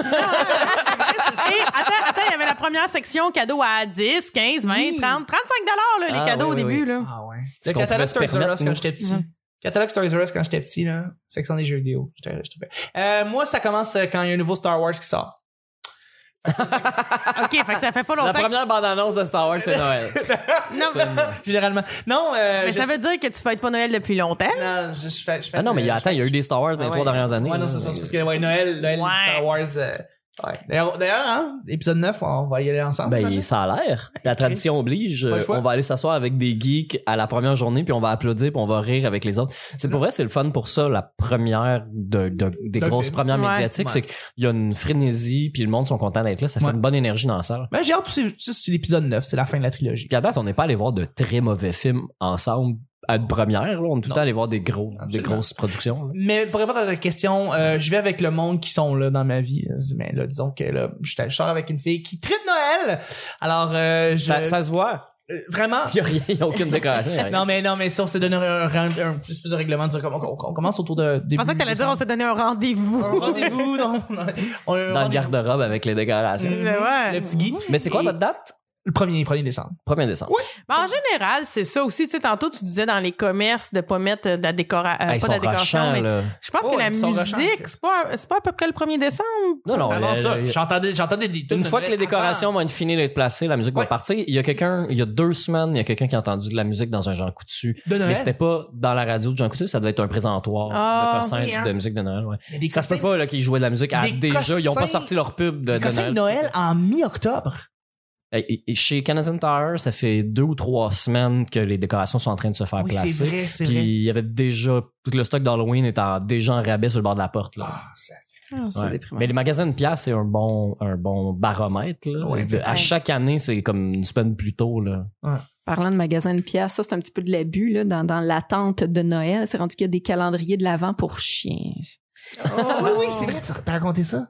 B: attends, il y avait la première section cadeau à 10, 15, 20,
A: Oui.
B: 30, 35 là, les
C: Ah,
B: cadeaux
C: oui,
B: au
C: oui,
B: début.
C: oui.
B: Là.
A: Ah ouais.
C: Ce
A: Le
C: qu'on pouvait
A: catalogue
C: se
A: Toys R Us
C: permettre,
A: quand j'étais petit.
B: Ouais.
A: Catalogue Toys R Us quand j'étais petit, là. Section des jeux vidéo. J'étais- j'étais- Euh, moi, ça commence euh, quand il y a un nouveau Star Wars qui sort.
B: OK, fait que ça fait pas
C: La
B: longtemps. que-
C: première bande-annonce de Star Wars, c'est Noël. C'est Noël.
A: [laughs] Généralement. Non, euh,
B: Mais
A: je
B: ça veut dire que tu fêtes pas Noël depuis longtemps.
A: Non, je, je fais, je fais-
C: Ah non, mais il y a- attends, il y a eu des Star Wars dans les
D: Ah
C: trois
D: ouais.
C: dernières années.
A: Ouais, non, c'est
C: là.
A: ça. C'est parce que ouais, Noël, Noël
B: Ouais.
A: Star Wars. euh, ouais. D'ailleurs, d'ailleurs, hein, épisode 9, on va y aller ensemble.
C: Ben,
A: j'imagine.
C: ça a l'air. La tradition oblige.
A: Pas le
C: Euh,
A: choix.
C: On va aller s'asseoir avec des geeks à la première journée, puis on va applaudir, puis on va rire avec les autres. C'est pour vrai, c'est le fun pour ça, la première de, de- des
A: Le
C: grosses
A: film.
C: premières
B: Ouais.
C: médiatiques.
A: Ouais.
C: C'est qu'il y a une frénésie, puis le monde sont contents d'être là. Ça fait
A: Ouais.
C: une bonne énergie dans la salle.
A: Ben, j'ai hâte, c'est, c'est- c'est l'épisode 9, c'est la fin de la trilogie.
C: Puis à date, on n'est pas allé voir de très mauvais films ensemble à une première. Là. On est tout le temps allé voir des, gros, des
A: Absolument.
C: grosses productions. là.
A: Mais pour répondre à ta question, euh, je vais avec le monde qui sont là dans ma vie. Mais là, disons que là, je suis- je sors avec une fille qui tripe Noël. Alors, euh, je,
C: Ça, ça se voit.
A: euh, vraiment.
C: Il n'y a rien, il y a aucune décoration. il y a rien.
A: [laughs] Non, mais non, mais si on se donne un, un, un- un espèce de règlement, de dire comme on, on- on commence autour de.
B: Je
A: début
B: pensais que t'allais dire on
A: décembre.
B: s'est donné un rendez-vous.
A: Un rendez-vous, [laughs] non, non, on a un
C: dans le
A: rendez-vous.
C: garde-robe avec les décorations.
B: Mm. [laughs] Mais ouais.
A: Le petit Guy.
C: Mais c'est quoi
A: Et
C: votre date?
A: Le 1er, 1er décembre.
C: 1er décembre.
B: Ben, en général, c'est ça aussi. Tu sais, tantôt, tu disais dans les commerces de pas mettre euh, de la décoration.
C: Ah, ils
B: pas
C: sont
B: de la décoration,
C: rochants,
B: mais
C: là.
B: Je pense
A: Oh,
B: que la
A: ils sont rochants,
B: musique,
A: ok.
B: c'est pas, c'est pas à peu près le 1er décembre.
C: Non, non,
A: C'est avant
C: le-
A: ça.
C: le-
A: J'entendais, j'entendais des.
C: Une fois que les décorations vont être finies d'être placées, la musique
A: Ouais.
C: va partir. Il y a quelqu'un, il y a deux semaines, il y a quelqu'un qui a entendu de la musique dans un Jean Coutu.
A: De Noël.
C: Mais c'était pas dans la radio de Jean Coutu, ça devait être un présentoir
B: Ah,
C: de cossins
A: oui, hein.
C: de musique de Noël. Ouais.
A: Mais des
C: Ça se peut
A: cossins-
C: pas là, qu'ils jouaient de la musique à,
A: Des
C: déjà. Ils ont pas
A: cossins-
C: sorti leur pub de,
A: des
C: de
A: cossins
C: Noël.
A: de Noël en mi-octobre.
C: Et- et- chez Canadian Tower, ça fait deux ou trois semaines que les décorations sont en train de se faire
A: Oui, c'est
C: placer.
A: vrai, c'est
C: Puis
A: vrai.
C: il y avait déjà tout le stock d'Halloween était en- déjà en rabais sur le bord de la porte. Là.
A: Ah, ça-
D: Ah, c'est
C: Ouais.
D: déprimant.
C: Mais les magasins de pièces, c'est un bon, un bon baromètre. là.
A: Ouais,
C: De- à
D: effectivement.
C: chaque année, c'est comme une semaine plus tôt. Là.
D: Parlant de magasin de pièces, ça, c'est un petit peu de l'abus, là, dans, dans l'attente de Noël. C'est rendu qu'il y a des calendriers de l'Avent pour chiens.
A: Oh, oui, oui, c'est vrai, t'as raconté ça.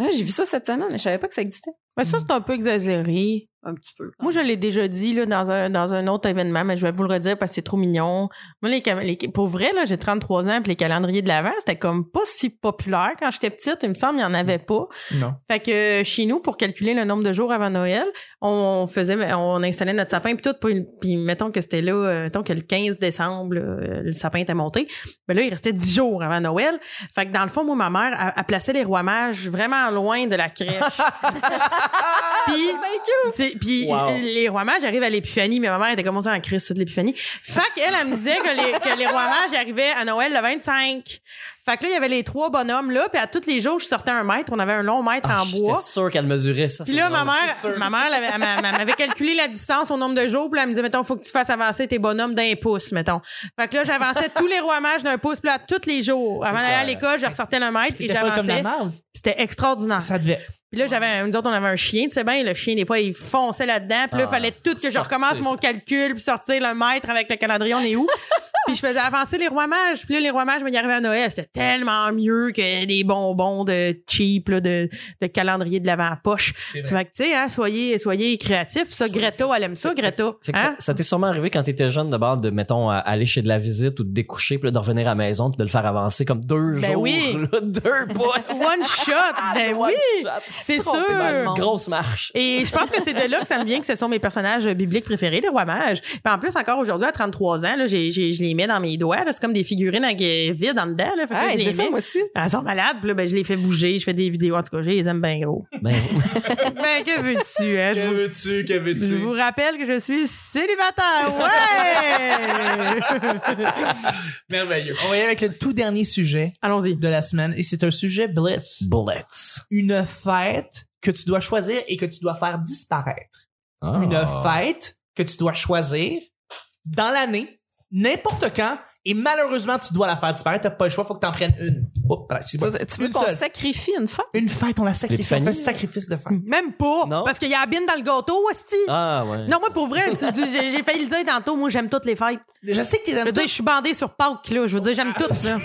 D: Ah, j'ai vu ça cette semaine, mais je savais pas que ça existait.
B: Mais ça, c'est un peu exagéré.
D: Un petit peu.
B: Moi, je l'ai déjà dit là, dans, un, dans un autre événement, mais je vais vous le redire parce que c'est trop mignon. Moi, les, cam- les- pour vrai, là, j'ai 33 ans, puis les calendriers de l'Avent, c'était comme pas si populaire quand j'étais petite. Il me semble qu'il n'y en avait pas.
A: Non.
B: Fait que euh, chez nous, pour calculer le nombre de jours avant Noël, on faisait, ben, on installait notre sapin puis tout, puis, puis mettons que c'était là, euh, mettons que le 15 décembre, là, euh, le sapin était monté, ben là il restait 10 jours avant Noël. Fait que dans le fond, moi ma mère, elle, elle plaçait les rois mages vraiment loin de la crèche. [laughs] puis puis c'est- puis
C: Wow.
B: les rois mages arrivent à l'épiphanie, mais ma mère était comme ça en crise de l'épiphanie. Fait qu'elle, elle me disait que les, que les rois mages arrivaient à Noël le 25. Fait que là, il y avait les trois bonhommes là, puis à tous les jours, je sortais un mètre, on avait un long mètre
C: Ah,
B: en
C: J'étais
B: bois.
C: sûr qu'elle mesurait ça.
B: Puis
C: c'est
B: là, ma
C: drôle.
B: mère,
A: c'est sûr.
B: ma mère, elle avait- elle m'a- elle m'avait calculé la distance au nombre de jours. Puis là, elle me disait, mettons, faut que tu fasses avancer tes bonhommes d'un pouce, mettons. Fait que là, j'avançais tous les rois mages d'un pouce, puis là, tous les jours. Avant d'aller à l'école, je ressortais le mètre et
A: T'étais folle comme la
B: j'avançais. Ah.
A: marde.
B: C'était extraordinaire.
A: Ça devait.
B: Puis là, j'avais, un- nous autres, on avait un chien, tu sais bien, le chien, des fois, il fonçait là-dedans. Puis là, il
C: Ah,
B: fallait tout que je
C: sortir.
B: recommence mon calcul, puis sortir le mètre avec le calendrier, on est
C: [laughs]
B: où? puis je faisais avancer les rois mages. Puis là, les rois mages, mais ils arrivaient à Noël. C'était tellement mieux que des bonbons de cheap, là, de, de calendrier de l'avant-poche.
A: C'est vrai.
B: Fait que, tu sais, hein, soyez, soyez créatifs. Puis ça, Greta, elle aime ça, Greta.
C: Fait que ça- [laughs]
B: Hein?
C: ça t'est sûrement arrivé quand t'étais jeune de bord de, mettons, à- aller chez de la visite ou de découcher, puis là, de revenir à la maison, puis de le faire avancer comme deux
B: Ben
C: jours,
B: oui.
C: [laughs] là, deux
B: [laughs]
C: pouces.
B: One shot! ben
C: One
B: oui!
C: shot.
B: C'est
D: Trompé dans le
B: sûr!
D: monde.
C: Grosse marche.
B: Et je pense que c'est de là que ça me vient que ce sont mes personnages bibliques préférés, les rois mages. Puis en plus, encore aujourd'hui, à 33 ans, là, j'ai, j'ai- je les mets dans mes doigts. là. C'est comme des figurines avec, euh, vides en dedans. Là, Fait que là,
D: Ah,
B: je les
D: j'ai ça,
B: mets.
D: moi aussi.
B: Elles sont malades, puis là, ben, je les fais bouger, je fais des vidéos. En tout cas, je les aime bien gros.
C: Ben,
B: [laughs] ben, que veux-tu, hein? Je vous,
A: veux-tu? Que
B: je vous rappelle que je suis célibataire. Ouais!
A: Merveilleux. On va y aller avec le tout dernier sujet
B: Allons-y.
A: de la semaine. Et c'est un sujet blitz.
C: Bullets.
A: Une fête que tu dois choisir et que tu dois faire disparaître.
C: Ah.
A: Une fête que tu dois choisir dans l'année, n'importe quand. Et malheureusement, tu dois la faire disparaître. T'as pas le choix, faut que t'en prennes une. Oh, Oups, pardon, excuse-moi.
D: Tu- Tu veux
A: Une
D: qu'on
A: seule.
D: sacrifie une fête?
A: Une fête, on la sacrifie. On
C: L'épiphanie.
A: fait un sacrifice de fête.
B: [laughs] Même pas!
C: Non.
B: Parce qu'il y a la bine dans le gâteau, hostie!
C: Ah, ouais.
B: Non, moi, pour vrai, tu- tu- j'ai j'ai failli le dire tantôt, moi, j'aime toutes les fêtes.
A: Je sais que t'es
B: Je veux dire, je suis bandée sur Pâques, là. Je veux dire, j'aime toutes, [laughs] là.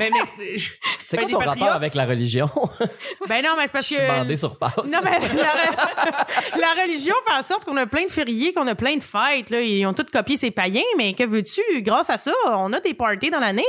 A: mais, mais, je-
C: C'est
A: Fait
C: quoi
A: des
C: ton
A: patriotes?
C: rapport avec la religion? [laughs]
B: Ben non, mais c'est
C: Je
B: parce
C: suis
B: ben que.
C: bandé sur passe.
B: Non, mais la, [laughs] la religion fait en sorte qu'on a plein de fériés, qu'on a plein de fêtes. Là. Ils ont tous copié ces païens, mais que veux-tu? Grâce à ça, on a des parties dans l'année.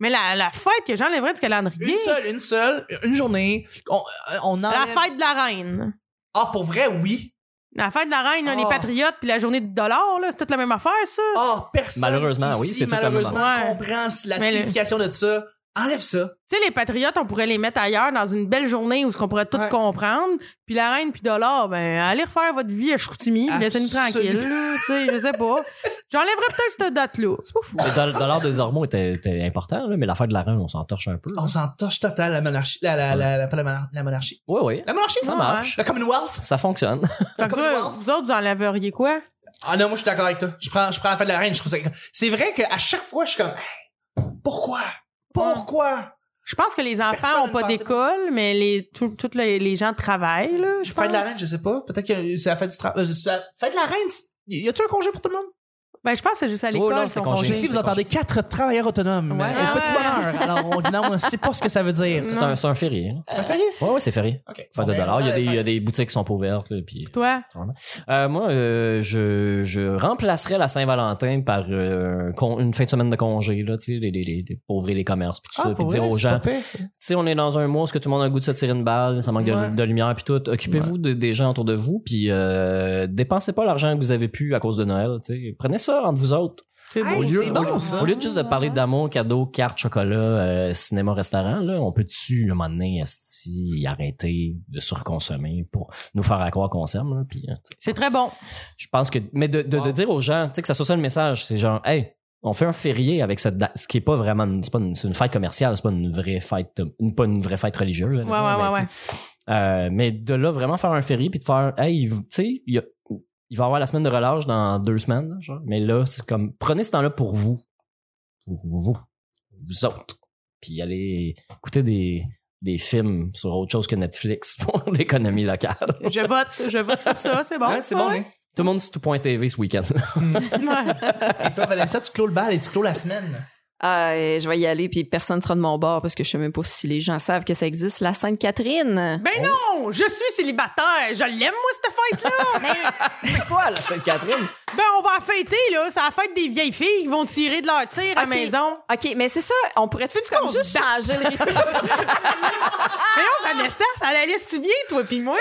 B: Mais la, la fête que j'enlèverais
A: une
B: du calendrier,
A: seule, une seule, une journée. On, euh, on
B: la
A: enlève-
B: fête de la reine.
A: Ah, pour vrai, oui.
B: La fête de la reine, là, les
A: Oh.
B: patriotes, puis la journée du dollar, là, c'est toute la même affaire, ça.
A: Ah, personne.
C: Malheureusement,
A: ici,
C: oui, c'est tout la même
A: Malheureusement,
B: affaire.
A: comprend la
B: Mais le-
A: signification de ça. Enlève ça.
B: Tu sais, les patriotes, on pourrait les mettre ailleurs dans une belle journée où ce qu'on pourrait tout
A: Ouais.
B: comprendre. Puis la reine, puis dollar, ben, allez refaire votre vie à Chicoutimi, puis laissez-nous tranquille.
A: Absolument.
B: là, Tu sais, je sais pas. J'enlèverais peut-être cette date-là.
D: C'est pas fou.
C: Le doll- dollar des hormones était, était important, là, mais l'affaire de la reine, on s'en torche un peu.
B: Oh,
A: On s'en torche total la monarchie. La, la, la, la, pas la monar- la monarchie.
C: Oui, oui.
A: La monarchie,
C: Ça
A: ça.
B: Ouais.
C: marche.
A: Le Commonwealth.
C: Ça fonctionne. [laughs]
B: Fait que
A: Comme
B: là,
A: moi.
B: vous autres, vous enlèveriez quoi?
A: Ah non, moi, je suis d'accord avec toi. Je prends, je prends la fête de la reine. Je trouve ça. C'est vrai qu'à chaque fois, je suis comme. Hey, pourquoi? Pourquoi?
B: Je pense que les enfants
A: Personne
B: n'ont pas
A: ne pensait
B: d'école, mais les, tout- toutes les, les gens travaillent, là, je pense.
A: Fête de la reine, je sais pas. Peut-être que c'est la fête du travail. Fête de la reine. c'est- Y a-tu un congé pour tout le monde?
B: Ben, je pense que c'est juste à
C: Oh,
B: l'école
C: non, c'est
B: son
C: congé. Ah
B: congé.
A: Ici, vous
C: C'est
A: entendez quatre travailleurs autonomes
D: Ouais.
A: euh, au petit bonheur. Alors, on, non, on sait pas ce que ça veut dire.
C: C'est un, c'est un férié. Hein.
A: Ça fait
C: Oui, oui, c'est férié.
A: OK.
C: Fête de dollar. Il y a des, il y a des boutiques qui sont pas ouvertes. là, puis-
B: Toi?
C: Euh, moi, euh, je, je remplacerais la Saint-Valentin par euh, un con- une fin de semaine de congé, là, tu sais, les, les, les, les pauvres et les commerces,
A: Ah,
C: puis tout ça, puis dire aux gens, tu
A: [laughs]
C: sais, on est dans un mois, est-ce que tout le monde a le goût de se tirer une balle, ça manque de-
A: Ouais.
C: de, lumière, puis tout, occupez-vous de- des gens autour de vous, puis euh, dépensez pas l'argent que vous avez pu à cause de Noël, tu sais, prenez ça entre vous autres.
B: C'est
A: Hey,
B: beau.
A: c'est
C: au,
A: bon,
C: lieu-
A: ça.
C: au lieu de juste de parler d'amour, cadeaux, cartes, chocolat, euh, cinéma, restaurant, là, on peut-tu, un moment donné, esti, arrêter de surconsommer pour nous faire à croire qu'on s'aime, là, puis... euh,
B: C'est très bon.
C: je pense que. Mais de, de, de dire aux gens, tu sais, que ça soit ça le message, c'est genre, hey, on fait un férié avec cette date, ce qui est pas vraiment, une- c'est pas une, c'est une fête commerciale, c'est pas une vraie fête, euh, une- pas une vraie fête religieuse.
B: Ouais, ouais, ouais,
C: mais,
B: ouais.
C: tu sais, euh, mais de là vraiment faire un férié puis de faire, hey, il- tu sais, il y a- il va y avoir la semaine de relâche dans deux semaines, genre, mais là, c'est comme, prenez ce temps-là pour vous, pour vous, vous autres, puis allez écouter des des films sur autre chose que Netflix [laughs] pour l'économie locale.
B: Je vote, je vote pour ça, c'est bon.
A: c'est bon,
B: Ouais.
A: hein?
C: Tout le monde sur tout.tv ce week-end.
A: Et toi, Vanessa, tu clôt le bal et tu clôt la semaine.
D: Ah, euh, je vais y aller, puis personne sera de mon bord parce que je sais même pas si les gens savent que ça existe. La Sainte-Catherine.
C: Oh.
B: Ben non, je suis célibataire. Je l'aime, moi, cette fête-là.
C: C'est quoi, la Sainte-Catherine?
B: ben, on va la fêter, là. C'est la fête des vieilles filles qui vont tirer de leur tir à la
D: OK.
B: maison.
D: OK, mais c'est ça. On pourrait-tu
B: C'est-tu qu'on
D: comme
B: se
D: juste
B: bat?
D: changer le rythme?
B: Mais non, ça laisse ça. Ça la laisse-tu bien, toi, puis moi?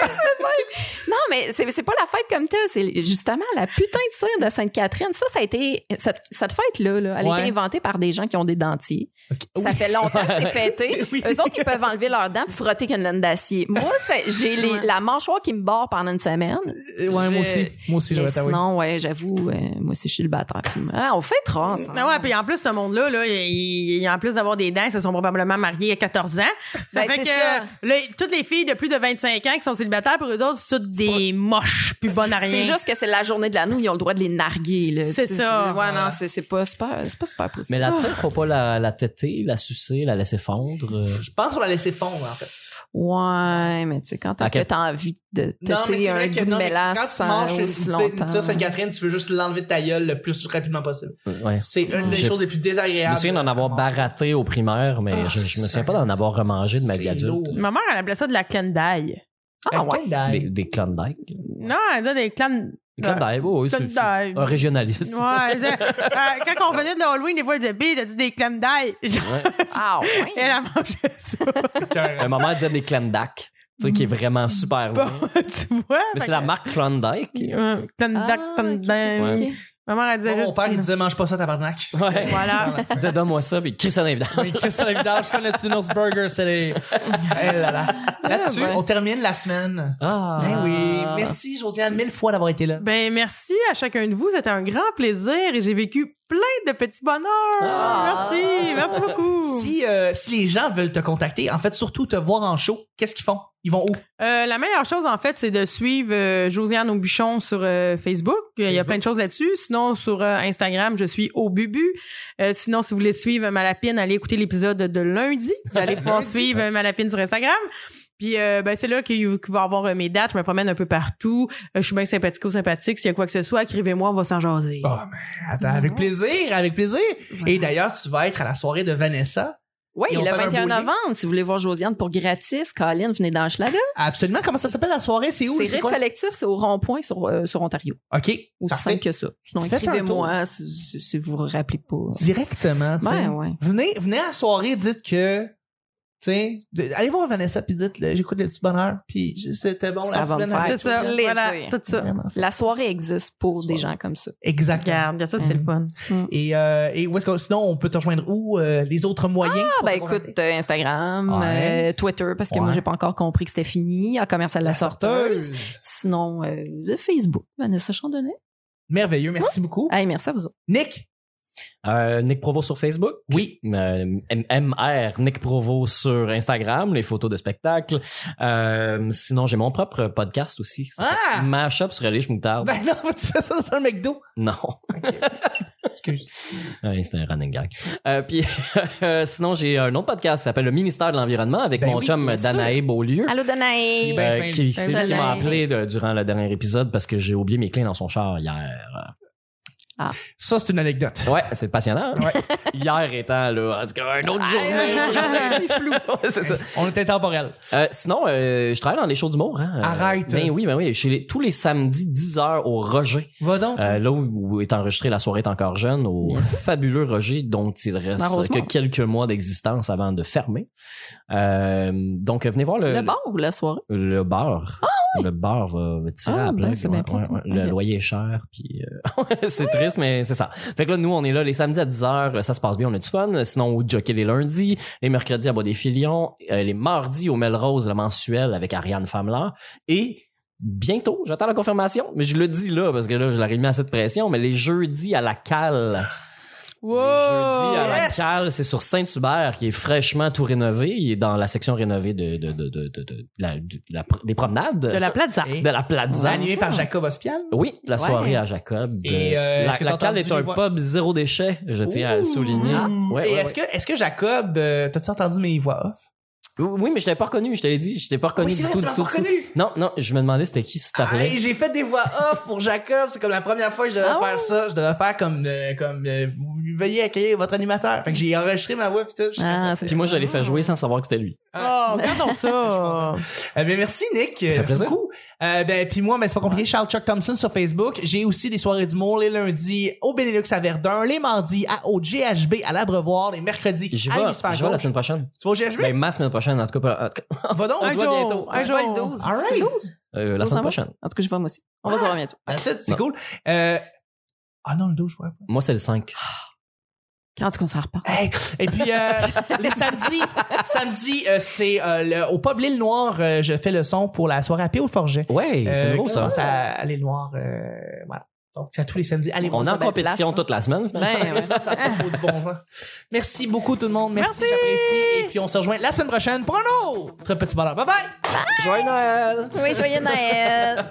D: Non, mais c'est c'est pas la fête comme telle. C'est justement la putain de cire de Sainte-Catherine. Ça, ça a été. Cette, cette fête-là, là, elle a
A: Ouais.
D: été inventée par des gens qui ont des dentiers.
A: Oui.
D: Ça fait longtemps que
A: [laughs]
D: c'est fêté. Eux autres, ils peuvent enlever leurs dents pour frotter qu'une laine d'acier. Moi, c'est- j'ai les- la mâchoire qui me barre pendant une semaine.
A: Euh, Ouais, moi aussi. Moi aussi,
D: Mais
A: j'aurais t'avoué.
D: sinon, ouais, j'avoue, euh, moi aussi, je suis le batteur. Puis, ah, on fêtera ensemble.
B: Non, Ben ouais, puis en plus, ce monde-là, là, il- il- en plus d'avoir des dents, ils se sont probablement mariés à 14 ans. Ça
D: Ben,
B: fait
D: c'est
B: que
D: ça.
B: là, toutes les filles de plus de 25 ans qui sont célibataires, pour eux autres, c'est toutes des moches, plus bonnes à rien.
D: C'est juste que c'est la journée de l'anneau, ils ont le droit de les narguer. là.
B: C'est
D: Tu sais,
B: ça.
D: Ouais, non, c'est c'est pas super, c'est pas super possible.
C: Mais la tire, faut pas la, la têter, la sucer, la laisser fondre. euh.
A: Je pense qu'on la laisser fondre, hein. en fait.
D: Ouais, mais tu sais, quand est-ce
C: Ok.
D: que t'as envie de
A: Non, mais
D: têter
A: c'est
D: un
A: vrai que
D: goût de
A: non, mais quand
D: mélasse
A: tu
D: sans
A: manges une,
D: aussi
A: une-
D: longtemps?
A: une tire Sainte-Catherine, tu veux juste l'enlever de ta gueule le plus rapidement possible.
C: Ouais.
A: C'est une des
C: J'ai-
A: choses les plus
C: Je me
A: désagréables.
C: souviens d'en avoir baraté au primaire, mais je, je me souviens pas d'en avoir remangé de ma vie
A: C'est
C: adulte.
A: lourd.
B: Ma mère, elle appelait ça de la clendaille.
D: Ah ouais.
C: Des, des Klondike.
B: Non, elle disait des clan...
C: Des Klondike, oui, oui, c'est- c'est
B: Klondike.
C: un régionaliste.
B: Ouais, elle disait- euh, quand on venait de Halloween, des fois, elle disait, B, t'as-tu des clendailles? [laughs] Genre,
C: Ouais.
D: Ah ouais.
B: Elle, elle mangeait
D: [laughs]
B: ça.
C: Un moment, elle disait des Klondike, tu sais, qui est vraiment super loin.
B: Bon, tu vois? euh,
C: Mais c'est la marque Klondike. Ouais.
B: Clendac,
D: Ah,
B: clendaille.
D: ok, ok, ok.
B: Ma mère, elle disait
A: Mon
B: juste-
A: père, il disait, mange pas ça,
C: [laughs]
A: tabarnak.
B: Voilà.
C: Tu disais, donne-moi ça, puis crie ça dans les vidanges.
A: Oui, Chris la vidange, connais-tu Nurse Burger? C'est les. Eh là là. Là-dessus,
D: Ah, ouais.
A: on termine la semaine.
C: Ah.
A: Ben oui. Merci, Josiane, mille fois d'avoir été là.
B: Ben merci à chacun de vous, c'était un grand plaisir et j'ai vécu plein de petits bonheurs.
C: Ah.
B: Merci, merci beaucoup.
A: [laughs] Si, euh, si les gens veulent te contacter, en fait, surtout te voir en show, qu'est-ce qu'ils font? Ils vont où?
B: Euh, la meilleure chose en fait, c'est de suivre euh, Josiane Aubuchon sur euh, Facebook. Il y a
A: Facebook.
B: plein de choses là-dessus. Sinon sur euh, Instagram, je suis au bubu. Euh, sinon si vous voulez suivre Malapine, allez écouter l'épisode de lundi. Vous allez pouvoir suivre euh, Malapine sur Instagram. Puis euh, ben, c'est là qu'il qu'il va y avoir euh, mes dates. Je me promène un peu partout. Euh, je suis bien sympathico-sympathique. S'il y a quoi que ce soit, écrivez-moi, on va s'en jaser.
A: Oh, mais attends, avec plaisir, avec plaisir. Et d'ailleurs, tu vas être à la soirée de Vanessa.
D: Oui,
A: Ils ont
D: le
A: fait un
D: 21
A: beau lit.
D: novembre, si vous voulez voir Josiane pour gratis, Colin, venez dans Schlager.
A: Absolument. Comment ça s'appelle la soirée? C'est où?
D: C'est Rire
A: quoi?
D: Collectif, c'est au rond-point sur, euh, sur Ontario.
A: OK.
D: Aussi
A: parfait.
D: simple que ça. Sinon,
A: Faites un
D: écrivez-moi hein, si, si- si vous vous rappelez pas.
A: Directement, tu sais.
D: Ouais, ouais.
A: Venez, venez à la soirée, dites que. Tu sais, de- allez voir Vanessa, puis dites, là, j'écoute le petit bonheur, puis je- c'était bon
D: Ça
A: la
D: va me
A: semaine.
D: faire
B: C'est ça,
D: plaisir.
B: voilà, tout ça.
A: Vraiment.
D: La soirée existe pour
A: Soirée.
D: des gens comme ça.
A: Exactement.
B: Regarde, regarde ça,
C: Mm.
B: c'est le fun.
A: Et, euh, et où est-ce que, sinon, on peut te rejoindre où? euh, les autres moyens?
D: Ah, ben écoute, euh, Instagram,
A: Ouais.
D: euh, Twitter, parce que
A: Ouais.
D: moi, j'ai pas encore compris que c'était fini, à commercial la, sorteuse. Sinon, euh, le Facebook, Vanessa Chandonnet.
A: Merveilleux, merci beaucoup.
D: Hey, merci à vous autres.
A: Nick?
C: Euh, Nick Provo sur Facebook.
A: Oui.
C: Euh, M- MR Nick Provo sur Instagram, les photos de spectacle. Euh, sinon, j'ai mon propre podcast aussi. Ça
A: Ah!
C: s'appelle Mashup sur les moutarde.
A: Ben non, [laughs] tu fais ça dans un McDo.
C: Non, [laughs]
A: Excuse.
C: Ouais, c'est un running gag. Euh, puis [laughs] euh, sinon, j'ai un autre podcast qui s'appelle Le ministère de l'environnement avec
A: Ben
C: mon
A: oui,
C: chum
D: bien sûr.
C: Danae Beaulieu.
D: Allô, Danae!
A: ben
C: euh,
A: fin,
C: qui
A: fin
C: c'est lui qui
D: soleil.
C: m'a appelé de- durant le dernier épisode parce que j'ai oublié mes clés dans son char hier.
A: Ça, c'est une anecdote.
C: Ouais, c'est passionnant. hein? [laughs] hier étant là, en tout cas, une autre
A: Ah, [laughs]
C: journée. [laughs] Ouais, c'est ça.
A: On était temporel.
C: Euh, sinon, euh, je travaille dans les shows d'humour. Hein. Euh,
A: Arrête.
C: Ben oui, ben oui. Chez les- tous les samedis, 10h au Roger.
A: Va donc.
C: Euh, là où, où est enregistrée La soirée est encore jeune, au fabuleux Roger, dont il reste
D: Dans Rosemont.
C: que quelques mois d'existence avant de fermer. Euh, donc, venez voir le,
D: Le bar ou la soirée?
C: le bar. Le bar va, va tirer
D: Ah,
C: à
D: ben,
C: plein.
D: c'est bien plate, ouais.
C: Le
D: Ok.
C: loyer est cher, puis [laughs] euh, c'est triste, mais c'est ça. Fait que là, nous, on est là les samedis à 10h, ça se passe bien, on a du fun. Sinon, au jockey les lundis, les mercredis à Bois des Filions, euh, les mardis au Melrose, le mensuel avec Ariane Famler. Et bientôt, j'attends la confirmation, mais je le dis là, parce que là, je l'aurais mis à cette pression, mais les jeudis à la cale.
B: Wow!
C: Jeudi à
A: yes!
C: la cale, c'est sur Saint-Hubert qui est fraîchement tout rénové. Il est dans la section rénovée de, de, de, de, de- de la- de la- des promenades.
B: De la plaza.
A: Et-
C: De la plaza.
A: Animé par Jacob Ospian.
C: Oui, la
D: Ouais.
C: soirée à Jacob.
A: Et, euh,
C: la,
A: est-ce que
C: la
A: t'as
C: cale
A: entendu
C: est un
A: les voix?
C: pub zéro déchet, je tiens à le souligner.
A: Ouh.
C: Ouais,
A: Et
C: ouais,
A: est-ce que, est-ce que Jacob, euh, t'as-tu entendu mes voix off?
C: Oui, mais je t'avais pas reconnu, je t'avais dit, je t'ai pas reconnu
A: Oui,
C: du
A: c'est vrai,
C: tout,
A: tu
C: du
A: m'as
C: tout,
A: pas
C: du tout.
A: reconnu.
C: Non, non, je me demandais c'était qui si t'arrivais.
A: Hey, j'ai fait des voix off pour Jacob. C'est comme la première fois que je devais
D: Ah
A: faire ça. Je devais faire comme, euh, comme euh, vous- veuillez accueillir votre animateur. Fait que j'ai enregistré ma voix pis tout. Je-
D: Ah, c'est
C: Puis moi, je l'ai fait jouer sans savoir que c'était lui.
A: Ah.
B: Oh, regardons
C: [laughs]
B: ça.
A: Euh, ben, merci Nick. Euh, Merci
C: plaisir.
A: beaucoup. Euh, ben puis moi, ben c'est pas compliqué. Charles Chuck Thompson sur Facebook. J'ai aussi des soirées d'humour les lundis au Benelux à Verdun, les mardis à au GHB à l'Abreuvoir, les mercredis
C: J'y
A: à
C: vais,
A: l'hémisphère
C: j'y vais la
A: gauche.
C: semaine prochaine.
A: Tu vas au GHB
C: Ben, ma semaine prochaine, en tout cas, en tout cas,
A: Va donc.
B: Un
C: se voit
B: jour,
C: bientôt.
B: un
D: Je vois
B: jour.
D: le 12.
A: All right.
D: C'est le
C: euh,
D: 12.
C: la
D: Nous,
C: semaine
D: ça va?
C: prochaine.
D: En tout cas, je vais moi aussi. On va se voir bientôt.
A: That's it, Ah, c'est
C: Non.
A: cool. Euh, ah non, le dos, je vois pas.
C: Moi, c'est le 5.
D: Quand est-ce qu'on s'en reparle?
A: Hey, Et puis,
D: [laughs]
A: euh, les samedis, samedi, euh, c'est euh, le- au Pub L'Île Noire, euh, je fais le son pour la soirée à P au Forget.
C: Ouais, c'est
A: Euh,
C: nouveau,
A: qui
C: ça.
A: commence à, à L'Île Noire, euh, voilà. Donc, c'est à tous les samedis. Allez,
C: On est
A: voir
C: en
A: ça.
C: compétition toute la hein? semaine, finalement.
D: Ben,
A: [laughs]
D: ouais.
A: Ça vaut du bon vent. Merci beaucoup tout le monde. Merci,
B: Merci.
A: j'apprécie. Et puis on se rejoint la semaine
C: [laughs]
A: prochaine pour un autre petit bonheur. Bye bye!
C: Joyeux Ben, Noël!
D: Oui, joyeux Noël!